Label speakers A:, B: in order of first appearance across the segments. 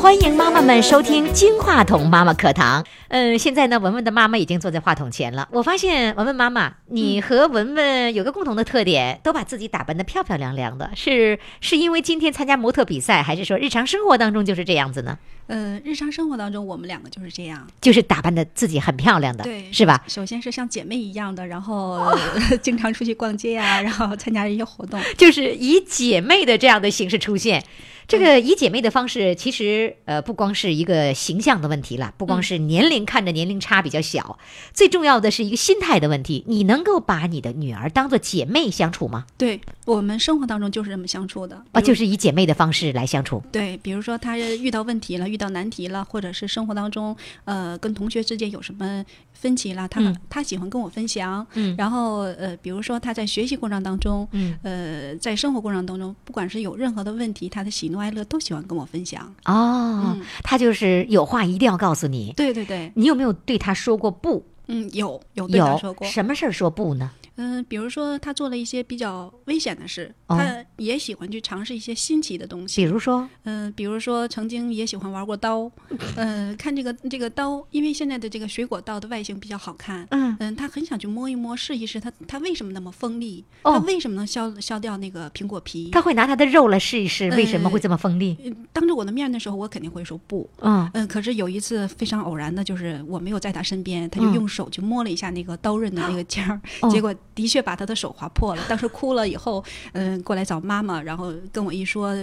A: 欢迎妈妈们收听金话筒妈妈课堂。嗯，现在呢，文文的妈妈已经坐在话筒前了。我发现文文妈妈，你和文文有个共同的特点，都把自己打扮得漂漂亮亮的，是是因为今天参加模特比赛，还是说日常生活当中就是这样子呢？
B: 呃，日常生活当中我们两个就是这样，
A: 就是打扮的自己很漂亮的，
B: 对
A: 是吧？
B: 首先是像姐妹一样的，然后、
A: 哦
B: 经常出去逛街呀、然后参加一些活动。
A: 就是以姐妹的这样的形式出
B: 嗯
A: 现。这个以姐妹的方式，其实呃不光是一个形象的问题
B: 嗯
A: 了，不光是年龄看着年龄差比较小，最重要的是一个心态的问题。你能够把你的女儿当做姐妹相处吗？
B: 对我们生活当中就是这么相处的
A: 啊，就是是以姐妹的方式来相处。
B: 对，比如说他遇到问题了，遇到难题了，或者是生活当中呃跟同学之间有什么分歧了，他、
A: 嗯
B: 他喜欢跟我分享。
A: 嗯
B: 然后呃，比如说他在学习过程当中，
A: 嗯
B: 呃，在生活过程当中，不管是有任何的问题，他的喜怒哀乐都喜欢跟我分享。
A: 哦，
B: 嗯
A: 她就是有话一定要告诉你。
B: 对对对，
A: 你有没有对她说过不？
B: 嗯，有有对他
A: 有
B: 说过，
A: 什么事儿说不呢？
B: 嗯，比如说他做了一些比较危险的事，
A: 哦
B: 他也喜欢去尝试一些新奇的东
A: 比
B: 西。
A: 如说，
B: 嗯、比如说曾经也喜欢玩过刀，嗯、看这个这个刀，因为现在的这个水果刀的外形比较好看。
A: 嗯，
B: 嗯，他很想去摸一摸、试一试它，它为什么那么锋利？它
A: 哦，
B: 为什么能削削掉那个苹果皮？
A: 她会拿她的肉来试一试，为什么
B: 呃
A: 会这么锋利？
B: 嗯当着我的面的时候，我肯定会说不。
A: 嗯，
B: 嗯，可是有一次非常偶然的，就是我没有在他身边，他就
A: 嗯
B: 用手去摸了一下那个刀刃的那个尖儿
A: 哦，
B: 结果的确把他的手划破了。当时哭了以后，嗯，过来找妈妈，然后跟我一说，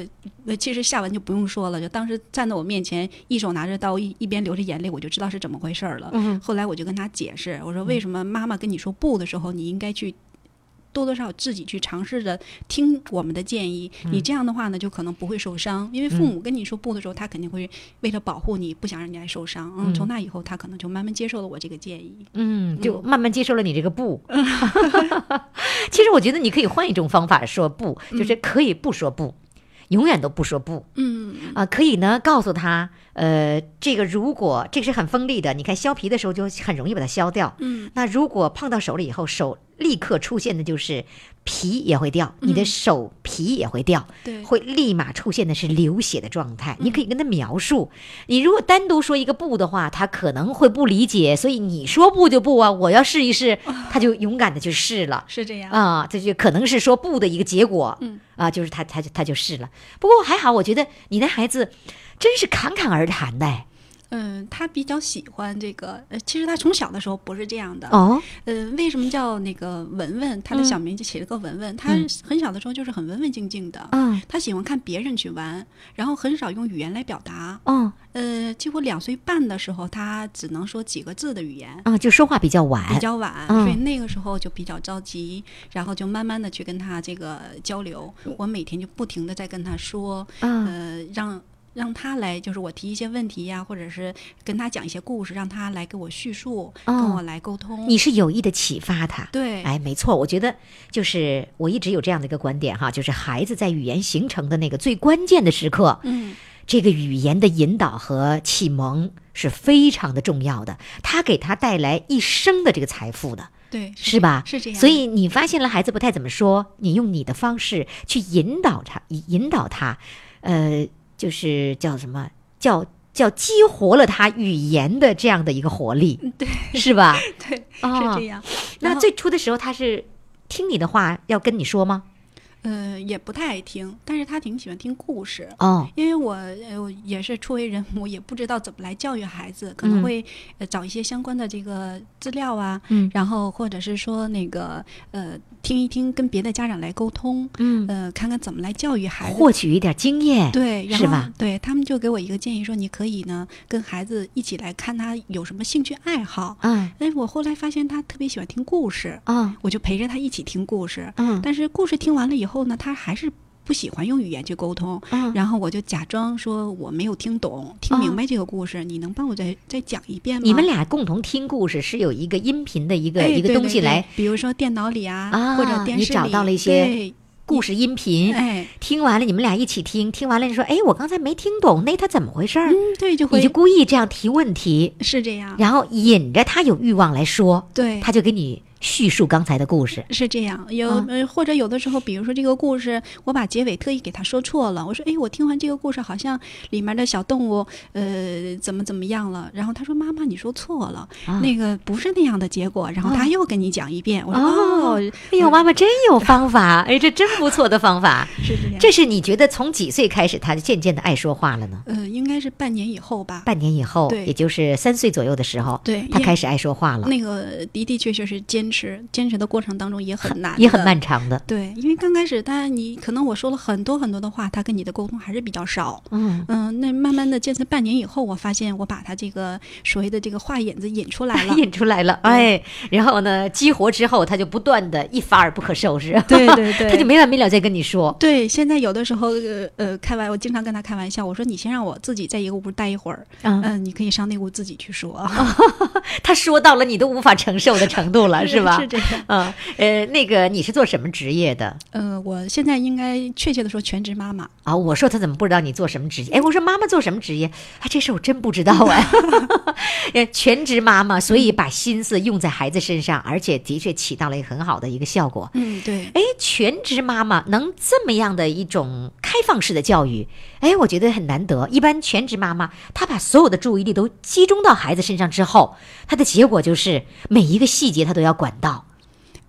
B: 呃其实下文就不用说了，就当时站在我面前，一手拿着刀，一一边流着眼泪，我就知道是怎么回事儿了。
A: 嗯
B: 后来我就跟他解释，我说为什么妈妈跟你说不的时候，你应该去。多多少少自己去尝试着听我们的建议，
A: 嗯
B: 你这样的话呢，就可能不会受伤，因为父母跟你说不的时候，他肯定会为了保护你，不想让你来受伤。嗯，从那以后，他可能就慢慢接受了我这个建议。
A: 嗯，就慢慢接受了你这个不。
B: 嗯
A: 其实我觉得你可以换一种方法说不，就是可以不说不，永远都不说不
B: 嗯，
A: 啊、可以呢告诉他，呃，这个如果这个是很锋利的，你看削皮的时候就很容易把它削掉。
B: 嗯，
A: 那如果碰到手了以后，手立刻出现的就是皮也会掉，
B: 嗯
A: 你的手皮也会掉。
B: 对，
A: 会立马出现的是流血的状态。你可以
B: 嗯
A: 跟他描述，你如果单独说一个不的话，他可能会不理解，所以你说不就不啊，我要试一试，
B: 哦
A: 他就勇敢的去试了。
B: 是这样。
A: 啊、这就可能是说不的一个结果，
B: 嗯，
A: 啊，就是他他就他就试了。不过还好，我觉得你的孩子真是侃侃而谈的、哎，
B: 嗯，他比较喜欢这个，呃，其实他从小的时候不是这样的。
A: 哦，
B: 呃，为什么叫那个文文？他的
A: 嗯
B: 小名就起了个文文。他
A: 嗯
B: 很小的时候就是很文文静静的。
A: 嗯，
B: 他喜欢看别人去玩，然后很少用语言来表达。
A: 哦，
B: 呃，几乎两岁半的时候，他只能说几个字的语言，
A: 啊，就说话比较
B: 比
A: 晚，
B: 较晚，
A: 嗯
B: 所以那个时候就比较着急，然后就慢慢的去跟他这个交流。我每天就不停的在跟他说，
A: 嗯
B: 呃，让。让他来，就是我提一些问题呀，或者是跟他讲一些故事，让他来给我叙述，跟
A: 哦
B: 我来沟通。
A: 你是有意的启发他，
B: 对，
A: 哎，没错，我觉得就是我一直有这样的一个观点哈，就是孩子在语言形成的那个最关键的时刻，
B: 嗯，
A: 这个语言的引导和启蒙是非常的重要的，它给他带来一生的这个财富的，
B: 对，
A: 是吧？
B: 是这样的。
A: 所以你发现了孩子不太怎么说，你用你的方式去引导他，引引导他，呃，就是叫什么叫叫激活了他语言的这样的一个活力，
B: 嗯对
A: 是吧？
B: 对，
A: 啊
B: 是这样。然
A: 那
B: 后
A: 最初的时候，他是听你的话要跟你说吗？
B: 呃，也不太爱听，但是他挺喜欢听故事。
A: 哦，
B: 因为我呃我也是初为人母，也不知道怎么来教育孩子，可能
A: 嗯
B: 会、呃找一些相关的这个资料啊，
A: 嗯
B: 然后或者是说那个呃听一听跟别的家长来沟通，
A: 嗯，
B: 呃看看怎么来教育孩子。
A: 获取一点经验。
B: 对，然
A: 是
B: 后
A: 吧
B: 对他们就给我一个建议说，你可以呢跟孩子一起来看他有什么兴趣爱好。
A: 嗯
B: 哎，我后来发现他特别喜欢听故事，
A: 啊
B: 我就陪着他一起听故事。
A: 嗯
B: 但是故事听完了以后呢，他还是不喜欢用语言去沟通，
A: 嗯哦
B: 然后我就假装说我没有听懂，听明白这个故事，你能帮我再再讲一遍吗？
A: 你们俩共同听故事是有一个音频的一个
B: 哎
A: 一个
B: 对
A: 东
B: 对
A: 西
B: 对
A: 来
B: 比如说电脑里啊，
A: 啊
B: 或者电视
A: 你
B: 里，
A: 找到了一些
B: 对
A: 故事音频。
B: 哎，
A: 听完了，你们俩一起听，听完了你说，哎，我刚才没听懂，那他怎么回事儿？
B: 嗯，对，就
A: 你
B: 会
A: 就故意这样提问题，
B: 是这样，
A: 然后引着他有欲望来说，
B: 对，嗯
A: 他就给你叙述刚才的故事。
B: 是这样，有、
A: 啊
B: 呃，或者有的时候，比如说这个故事，我把结尾特意给他说错了。我说，哎，我听完这个故事，好像里面的小动物，呃，怎么怎么样了？然后他说，妈妈，你说错了，
A: 啊
B: 那个不是那样的结果。然后他又跟你讲一遍，我说，
A: 哦
B: 哦，，
A: 哎呦，妈妈真有方法，哎，这真不错的方法。
B: 是这样。
A: 这是你觉得从几岁开始，他就渐渐的爱说话了呢？
B: 呃，应该是半年以后吧。
A: 半年以后，
B: 对
A: 也就是三岁左右的时候，
B: 对，
A: 他
B: 因
A: 开始爱说话了，
B: 那个的的确确是坚持，坚持的过程当中也很难，
A: 也很。漫长 的。
B: 对，因为刚开始他你可能我说了很多很多的话，他跟你的沟通还是比较少。
A: 嗯，
B: 嗯，那慢慢的坚持半年以后，我发现我把他这个所谓的这个话眼子引出来 了。
A: 嗯引出来了，
B: 嗯
A: 哎，然后呢，激活之后，他就不断的一发而不可收拾，
B: 对对对
A: 他就没完没了在跟你说，
B: 对，现在有的时候，呃呃，开玩，我经常跟他开玩笑，我说你先让我自己在一个屋待一会儿，
A: 嗯
B: 嗯、你可以上那屋自己去 说，
A: 他说到了你都无法承受的程度了，是吧？
B: 是这样。
A: 嗯，呃，那个你是做什么职业的
B: 呃，我现在应该确切的说，全职妈妈。
A: 啊？我说他怎么不知道你做什么职业？哎，我说妈妈做什么职业？哎，这事我真不知道哎。 呃全职妈妈，所以把心思用在孩子身上，而且的确起到了一个很好的一个效果。
B: 嗯，对。
A: 哎，全职妈妈能这么样的一种开放式的教育，哎，我觉得很难得。一般全职妈妈，她把所有的注意力都集中到孩子身上之后，她的结果就是每一个细节她都要管到。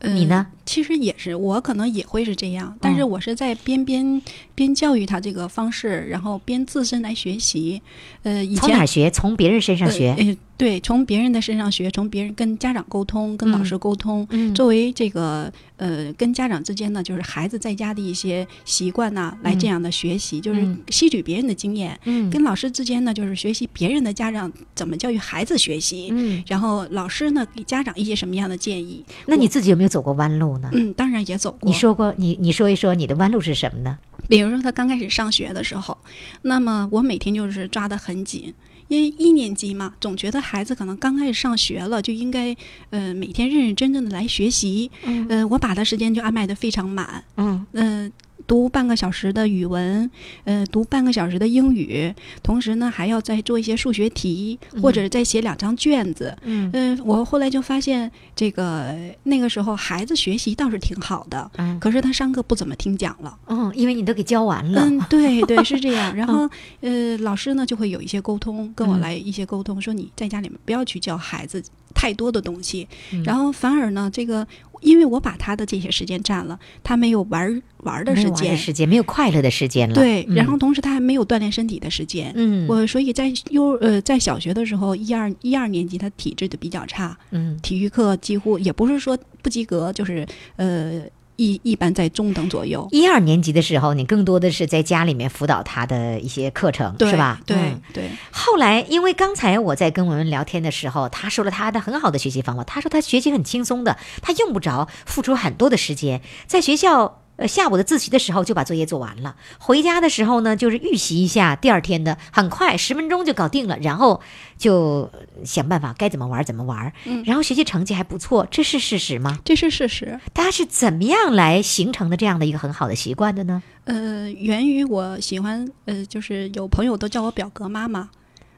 B: 呃
A: 你呢？
B: 其实也是，我可能也会是这样，但是
A: 嗯
B: 我是在边边边教育他这个方式，然后边自身来学习。呃，以
A: 从
B: 前
A: 哪儿学？从别人身上学。
B: 呃呃对，从别人的身上学，从别人跟家长沟通，跟老师沟通。
A: 嗯
B: 作为这个呃，跟家长之间呢，就是孩子在家的一些习惯呐、来这样的学习，就是
A: 嗯
B: 吸取别人的经验；
A: 嗯
B: 跟老师之间呢，就是学习别人的家长怎么教育孩子学习，
A: 嗯，
B: 然后老师呢给家长一些什么样的建议。
A: 那你自己有没有走过弯路呢？
B: 嗯，当然也走过。
A: 你说过，你你说一说你的弯路是什么呢？
B: 比如说他刚开始上学的时候，那么我每天就是抓得很紧，因为一年级嘛，总觉得孩子可能刚开始上学了，就应该呃每天认认真真的来学习。
A: 嗯
B: 呃，我把他时间就安排得非常满，
A: 嗯
B: 嗯、读半个小时的语文，呃，读半个小时的英语，同时呢还要再做一些数学题，或者再写两张卷子。
A: 嗯
B: 嗯、我后来就发现，这个那个时候孩子学习倒是挺好的，
A: 嗯
B: 可是他上课不怎么听讲了。
A: 嗯，因为你都给教完了。
B: 嗯，对对，是 这样。然
A: 嗯
B: 后，呃，老师呢就会有一些沟通，跟我来一些沟通，说你在家里面不要去教孩子太多的东西，
A: 嗯
B: 然后反而呢，这个因为我把他的这些时间占了，他没有玩儿玩儿的
A: 没有
B: 时
A: 玩
B: 间
A: 的，时间没有快乐的时间了。
B: 对，然后
A: 嗯
B: 同时他还没有锻炼身体的时间。
A: 嗯
B: 我所以在幼呃在小学的时候，一二一二年级他体质就比较差，
A: 嗯
B: 体育课几乎也不是说不及格，就是呃一一般在中等左右。
A: 一二年级的时候，你更多的是在家里面辅导他的一些课程，
B: 对
A: 是吧？
B: 对、
A: 嗯
B: 对，
A: 后来，因为刚才我在跟文文聊天的时候，他说了他的很好的学习方法，他说他学习很轻松的，他用不着付出很多的时间，在学校。呃，下午的自习的时候就把作业做完了，回家的时候呢，就是预习一下第二天的，很快十分钟就搞定了，然后就想办法该怎么玩儿怎么玩，
B: 嗯
A: 然后学习成绩还不错，这是事实吗？
B: 这是事实。
A: 大家是怎么样来形成的这样的一个很好的习惯的呢？
B: 呃，源于我喜欢，呃，就是有朋友都叫我表格妈妈，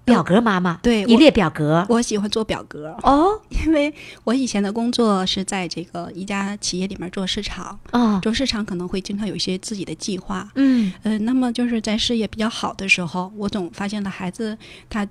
A: 表格妈妈，
B: 对
A: 你
B: 我
A: 列表格
B: 我喜欢做表格，
A: 哦
B: 因为我以前的工作是在这个一家企业里面做市场，
A: 哦，
B: 做市场可能会经常有一些自己的计划，
A: 嗯
B: 呃，那么就是在事业比较好的时候，我总发现了孩子他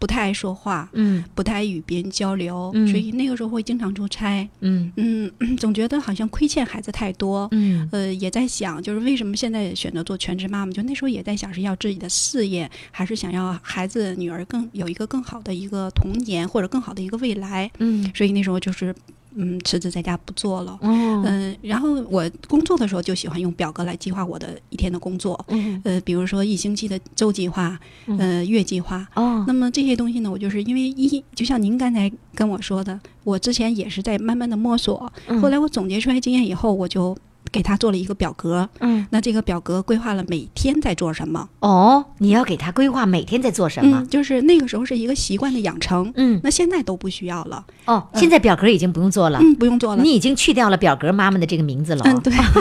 B: 不太爱说话，
A: 嗯
B: 不太爱与别人交流，
A: 嗯
B: 所以那个时候会经常出差，
A: 嗯
B: 嗯， 总觉得好像亏欠孩子太多，
A: 嗯
B: 呃，也在想，就是为什么现在选择做全职妈妈？就那时候也在想，是要自己的事业，还是想要孩子女儿更有一个更好的一个童年，或者更好的一个未来？
A: 嗯
B: 所以那时候就是，嗯，辞职在家不做了。
A: 哦
B: 嗯、然后我工作的时候就喜欢用表格来计划我的一天的工作，
A: 嗯
B: 呃，比如说一星期的周计划，呃，月计划。
A: 哦
B: 那么这些东西呢，我就是因为一，就像您刚才跟我说的，我之前也是在慢慢的摸索，
A: 嗯
B: 后来我总结出来经验以后，我就给他做了一个表格。
A: 嗯
B: 那这个表格规划了每天在做什么，
A: 哦，你要给他规划每天在做什么
B: 嗯，？就是那个时候是一个习惯的养成。
A: 嗯
B: 那现在都不需要了，
A: 哦，现在表格已经不用做了。
B: 嗯，不用做了。
A: 你已经去掉了表格妈妈的这个名字了、哦
B: 嗯，对，
A: 啊！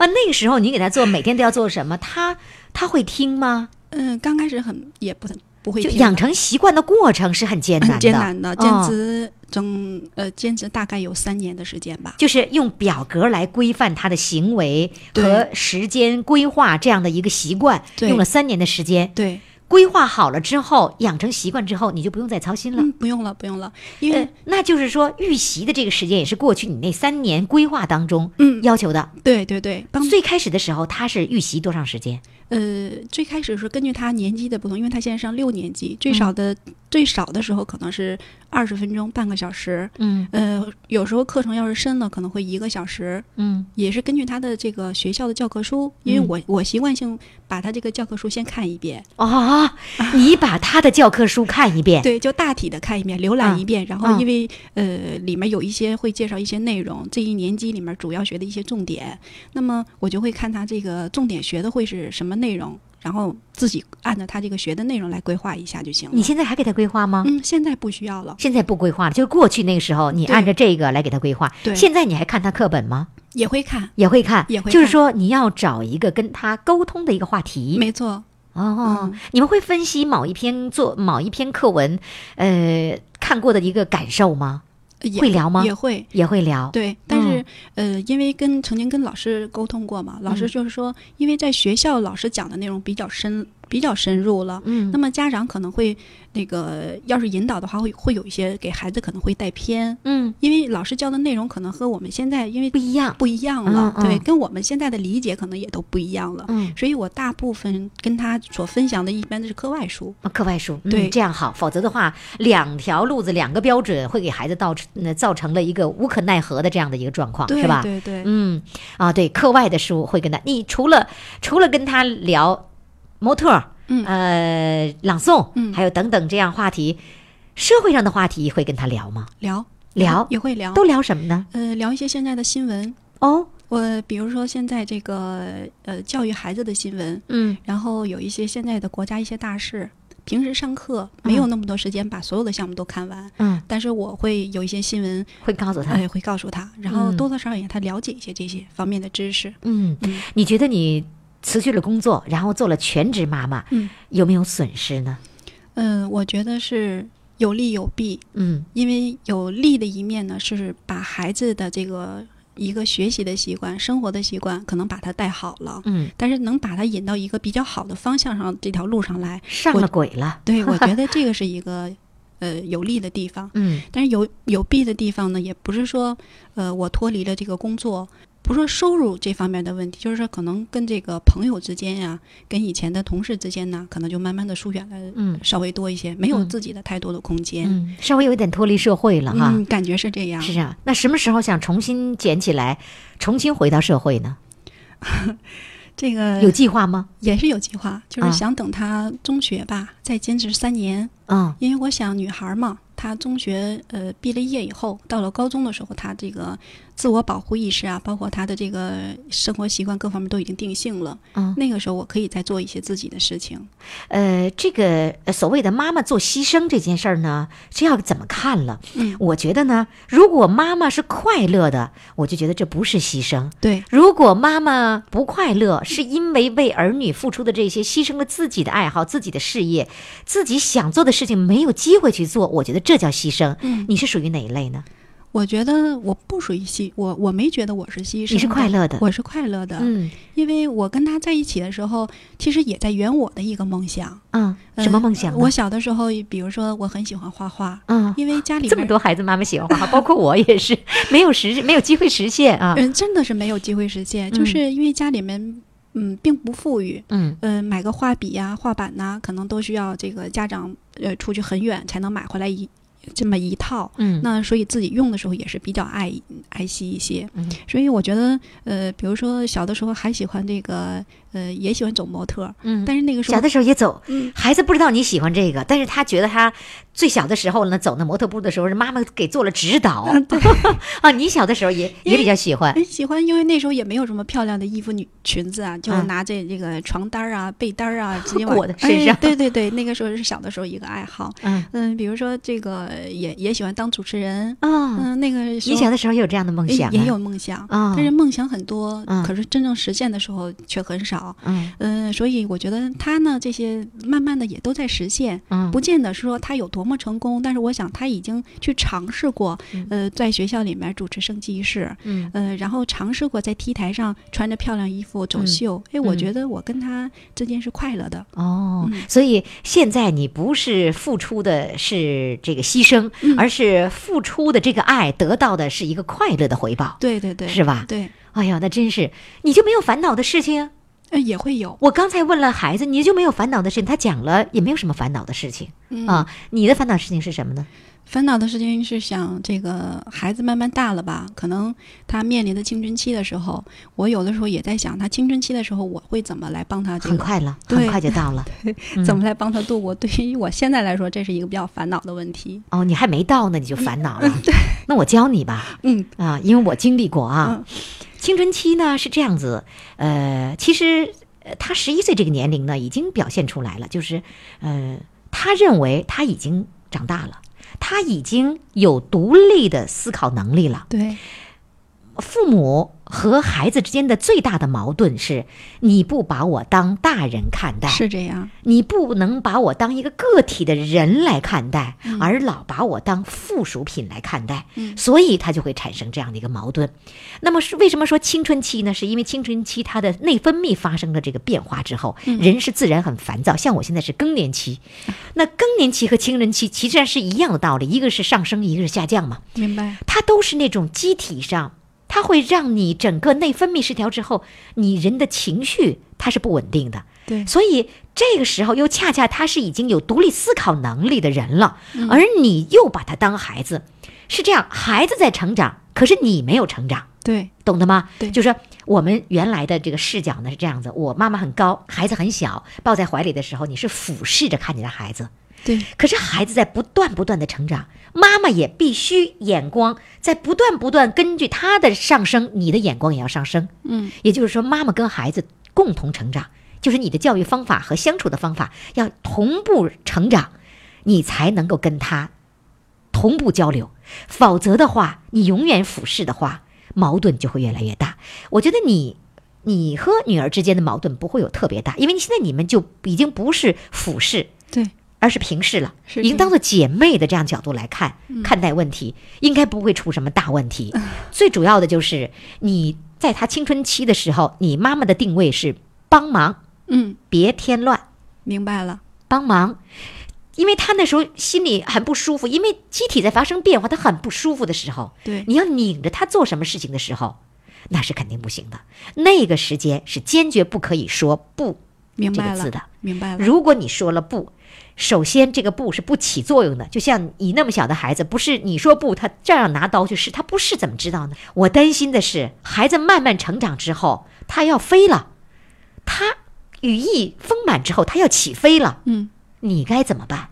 A: 那个时候你给他做每天都要做什么，他他会听吗？
B: 嗯，刚开始很也不不会
A: 就
B: 听
A: 养
B: 的
A: 成习惯的过程是很艰难的，
B: 很艰难的，兼
A: 哦
B: 职整呃兼职大概有三年的时间吧。
A: 就是用表格来规范他的行为
B: 对
A: 和时间规划这样的一个习惯，
B: 对
A: 用了三年的时间。
B: 对，
A: 规划好了之后，养成习惯之后，你就不用再操心了。
B: 嗯，不用了，不用了，因为
A: 呃，那就是说，预习的这个时间也是过去你那三年规划当中
B: 嗯，
A: 要求的。
B: 对对对，当
A: 最开始的时候，他是预习多长时间？
B: 呃最开始是根据他年级的不同，因为他现在上六年级，最少的、最少的时候可能是二十分钟，半个小时。
A: 嗯
B: 呃，有时候课程要是深了，可能会一个小时，
A: 嗯
B: 也是根据他的这个学校的教科书，因为我、我习惯性把他这个教科书先看一遍，
A: 哦，你把他的教科书看一遍，
B: 对，就大体的看一遍，浏览一遍，然
A: 啊
B: 后因为、呃里面有一些会介绍一些内容，这一年级里面主要学的一些重点，那么我就会看他这个重点学的会是什么内容，然后自己按照他这个学的内容来规划一下就行
A: 你
B: 了。
A: 现在还给他规划吗？
B: 嗯，现在不需要了，
A: 现在不规划了，就是过去那个时候，你
B: 对
A: 按照这个来给他规划。
B: 对
A: 现在你还看他课本吗？
B: 也会看，
A: 也会看，
B: 也会
A: 就是
B: 看
A: 说你要找一个跟他沟通的一个话题。
B: 没错，
A: 哦，
B: 嗯
A: 你们会分析某一篇作某一篇课文，呃，看过的一个感受吗？
B: 也
A: 会聊吗？
B: 也会。
A: 也会聊。
B: 对，但
A: 嗯
B: 是、呃，因为跟曾经跟老师沟通过嘛，老
A: 嗯
B: 师就是说，因为在学校老师讲的内容比较深，比较深入了。
A: 嗯
B: 那么家长可能会那个，要是引导的话，会会有一些给孩子可能会带偏，
A: 嗯，
B: 因为老师教的内容可能和我们现在因为
A: 不一样。
B: 不一样了，
A: 嗯嗯
B: 对，跟我们现在的理解可能也都不一样了。
A: 嗯，
B: 所以我大部分跟他所分享的，一般都是课外书。
A: 课外书，嗯
B: 对
A: 这样好，否则的话，两条路子、两个标准，会给孩子造成呃造成了一个无可奈何的这样的一个状况，
B: 对
A: 是吧？
B: 对对，
A: 嗯，啊，对，课外的书会跟他，你除了除了跟他聊模特儿，
B: 嗯
A: 呃，朗诵，
B: 嗯
A: 还有等等这样话题，社会上的话题会跟他聊吗？
B: 聊
A: 聊，
B: 也会聊，
A: 都聊什么呢？
B: 呃，聊一些现在的新闻。
A: 哦，
B: 我比如说现在这个呃教育孩子的新闻，
A: 嗯
B: 然后有一些现在的国家一些大事，平时上课没有那么多时间把所有的项目都看完，
A: 嗯，
B: 但是我会有一些新闻，
A: 会告诉他，
B: 哎，会告诉他，然后
A: 嗯
B: 多多少少也让他了解一些这些方面的知识。
A: 嗯，
B: 嗯
A: 你觉得你辞去了工作，然后做了全职妈妈，
B: 嗯
A: 有没有损失呢？
B: 嗯、我觉得是有利有弊，
A: 嗯
B: 因为有利的一面呢是把孩子的这个一个学习的习惯、生活的习惯，可能把他带好了。
A: 嗯，
B: 但是能把他引到一个比较好的方向上，这条路上来，
A: 上
B: 我
A: 了轨了，
B: 对我觉得这个是一个呃有利的地方。
A: 嗯
B: 但是有有弊的地方呢，也不是说，呃，我脱离了这个工作，不是说收入这方面的问题，就是说可能跟这个朋友之间呀、跟以前的同事之间呢，可能就慢慢的疏远了，
A: 嗯
B: 稍微多一些，没有
A: 嗯
B: 自己的太多的空间，
A: 嗯，稍微有点脱离社会了哈。
B: 嗯，感觉是这样。
A: 是啊，那什么时候想重新捡起来，重新回到社会呢？
B: 这
A: 有
B: 个
A: 计划吗？
B: 也是有计划，就
A: 啊
B: 是想等他中学吧，再坚持三年，
A: 嗯
B: 因为我想女孩嘛，她中学呃毕了业以后，到了高中的时候，她这个自我保护意识啊，包括她的这个生活习惯各方面都已经定性了。
A: 嗯，
B: 那个时候我可以再做一些自己的事情。
A: 呃，这个呃所谓的妈妈做牺牲这件事儿呢，是要怎么看了？
B: 嗯，
A: 我觉得呢，如果妈妈是快乐的，我就觉得这不是牺牲；
B: 对
A: 如果妈妈不快乐，是因为为儿女付出的这些牺牲了自己的爱好、自己的事业、自己想做的事情没有机会去做，我觉得这叫牺牲。
B: 嗯
A: 你是属于哪一类呢？
B: 我觉得我不属于牺，我我没觉得我是牺牲，
A: 你是快，乐的，
B: 我是快乐的，
A: 嗯
B: 因为我跟他在一起的时候，其实也在圆我的一个梦想。
A: 嗯，
B: 呃
A: 什么梦想呢？
B: 我小的时候，比如说我很喜欢画画，
A: 嗯，
B: 因为家里
A: 这
B: 面
A: 么多孩子妈妈喜欢画画，包括我也是，没有实没有机会实现啊。
B: 嗯，真的是没有机会实现，就
A: 嗯
B: 是因为家里面嗯并不富裕，
A: 嗯
B: 呃，买个画笔呀、画板呐、可能都需要这个家长呃出去很远才能买回来一这么一套。
A: 嗯
B: 那所以自己用的时候也是比较爱爱惜一些，
A: 嗯
B: 所以我觉得，呃，比如说小的时候还喜欢这个，呃，也喜欢走模特儿，
A: 嗯，
B: 但是那个时
A: 小
B: 候，
A: 的时候也走
B: 嗯，
A: 孩子不知道你喜欢这个，但是他觉得他最小的时候呢，走那模特步的时候，是妈妈给做了指 导。 啊，你小的时候也也比较喜欢，
B: 哎，喜欢，因为那时候也没有什么漂亮的衣服、女裙子啊，就
A: 啊
B: 拿着这个床单儿啊、被单儿啊，直接
A: 裹
B: 往
A: 在身上
B: 哎。对对对，那个时候是小的时候一个爱好。
A: 嗯
B: 嗯，比如说这个也也喜欢当主持人，
A: 啊，
B: 嗯，那个时
A: 你
B: 候
A: 小的时候也有这样的梦
B: 也
A: 想啊，
B: 也有梦想，
A: 啊
B: 但是梦想很多
A: 嗯，
B: 可是真正实现的时候却很少。好。
A: 嗯
B: 嗯、所以我觉得他呢，这些慢慢的也都在实现，
A: 嗯
B: 不见得是说他有多么成功，但是我想他已经去尝试过
A: 嗯，
B: 呃，在学校里面主持升旗仪式，
A: 嗯
B: 呃，然后尝试过在 T 台上穿着漂亮衣服走
A: 嗯
B: 秀。哎、我
A: 嗯
B: 觉得我跟他之间是快乐的，
A: 哦
B: 嗯，
A: 所以现在你不是付出的是这个牺牲，
B: 嗯
A: 而是付出的这个爱得到的是一个快乐的回报，
B: 对对对，
A: 是吧？
B: 对，
A: 哎呀，那真是你就没有烦恼的事情。啊
B: 呃，也会有，
A: 我刚才问了孩子，你就没有烦恼的事情，他讲了也没有什么烦恼的事情、
B: 嗯
A: 啊。你的烦恼事情是什么呢？
B: 烦恼的事情是想，这个孩子慢慢大了吧，可能他面临的青春期的时候，我有的时候也在想，他青春期的时候，我会怎么来帮他这
A: 很
B: 个，
A: 快了，
B: 嗯对
A: 很快就到 了。嗯
B: 怎么来帮他度过？对于我现在来说，这是一个比较烦恼的问题。
A: 哦，你还没到呢，你就烦恼了。那我教你吧，
B: 嗯
A: 啊，因为我经历过啊。
B: 嗯
A: 青春期呢是这样子，呃，其实呃他十一岁这个年龄呢已经表现出来了，就是呃，他认为他已经长大了，他已经有独立的思考能力了。
B: 对，
A: 父母和孩子之间的最大的矛盾是，你不把我当大人看待，
B: 是这样。
A: 你不能把我当一个个体的人来看待，而老把我当附属品来看待，
B: 嗯
A: 所以它就会产生这样的一个矛盾。那么是为什么说青春期呢？是因为青春期它的内分泌发生了这个变化之后，
B: 嗯
A: 人是自然很烦躁。像我现在是更年期，那更年期和青春期其实上是一样的道理，一个是上升，一个是下降嘛。
B: 明白，
A: 它都是那种机体上，它会让你整个内分泌失调之后，你人的情绪它是不稳定的。
B: 对，
A: 所以这个时候又恰恰他是已经有独立思考能力的人了，而你又把他当孩子，是这样，孩子在成长，可是你没有成长。
B: 对，
A: 懂得吗？
B: 对
A: 就是说我们原来的这个视角呢是这样子：我妈妈很高，孩子很小，抱在怀里的时候，你是俯视着看你的孩子，
B: 对，
A: 可是孩子在不断不断的成长，妈妈也必须眼光在不断不断根据他的上升，你的眼光也要上升。
B: 嗯，
A: 也就是说，妈妈跟孩子共同成长，就是你的教育方法和相处的方法要同步成长，你才能够跟他同步交流。否则的话，你永远俯视的话，矛盾就会越来越大。我觉得你。你和女儿之间的矛盾不会有特别大，因为你现在你们就已经不是俯视，
B: 对，
A: 而是平视了，
B: 是嗯
A: 已经
B: 这
A: 当做姐妹的这样角度来看、看待问题，应该不会出什么大问题。
B: 嗯
A: 最主要的就是你在她青春期的时候，你妈妈的定位是帮忙，
B: 嗯，
A: 别添乱，
B: 明白了，
A: 帮忙。因为她那时候心里很不舒服，因为机体在发生变化，她很不舒服的时候，
B: 对，
A: 你要拧着她做什么事情的时候，那是肯定不行的。那个时间是坚决不可以说“不”
B: 明
A: 这
B: 白
A: 个字
B: 了，
A: 的。
B: 明白了，
A: 如果你说了不，首先这个不是不起作用的，就像你那么小的孩子，不是你说不，他照样拿刀去试，他不试怎么知道呢？我担心的是，孩子慢慢成长之后，他要飞了，他羽翼丰满之后，他要起飞了，
B: 嗯，
A: 你该怎么办？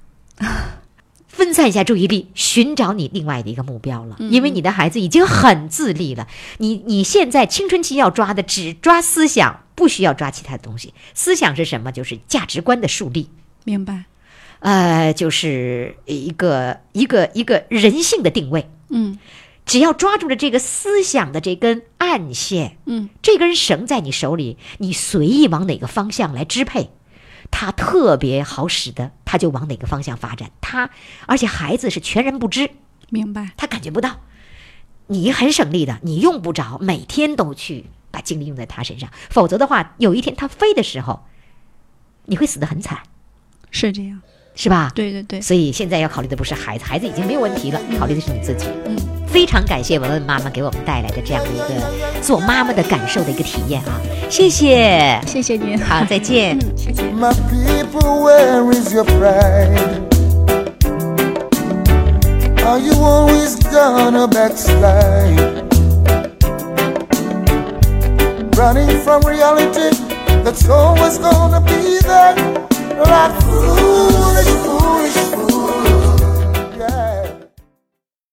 A: 分散一下注意力，寻找你另外的一个目标了，因为你的孩子已经很自立了。你你现在青春期要抓的只抓思想，不需要抓其他的东西。思想是什么？就是价值观的树立，
B: 明白，
A: 呃，就是一个一个一个人性的定位。
B: 嗯
A: 只要抓住了这个思想的这根暗线，
B: 嗯，
A: 这根绳在你手里，你随意往哪个方向来支配，它特别好使的，它就往哪个方向发展。它而且孩子是全然不知，
B: 明白，
A: 他感觉不到。你很省力的，你用不着每天都去把精力用在他身上，否则的话，有一天他飞的时候，你会死得很惨，
B: 是这样，
A: 是吧？
B: 对对对，
A: 所以现在要考虑的不是孩子，孩子已经没有问题了，考虑的是你自己。
B: 嗯。
A: 非常感谢文文妈妈给我们带来的这样的一个做妈妈的感受的一个体验啊，谢谢。
B: 谢谢您，
A: 好，再见。
B: 嗯，谢谢。
C: My people, where is your pride? Are you always gonna backslide? Running from reality that's always gonna be there.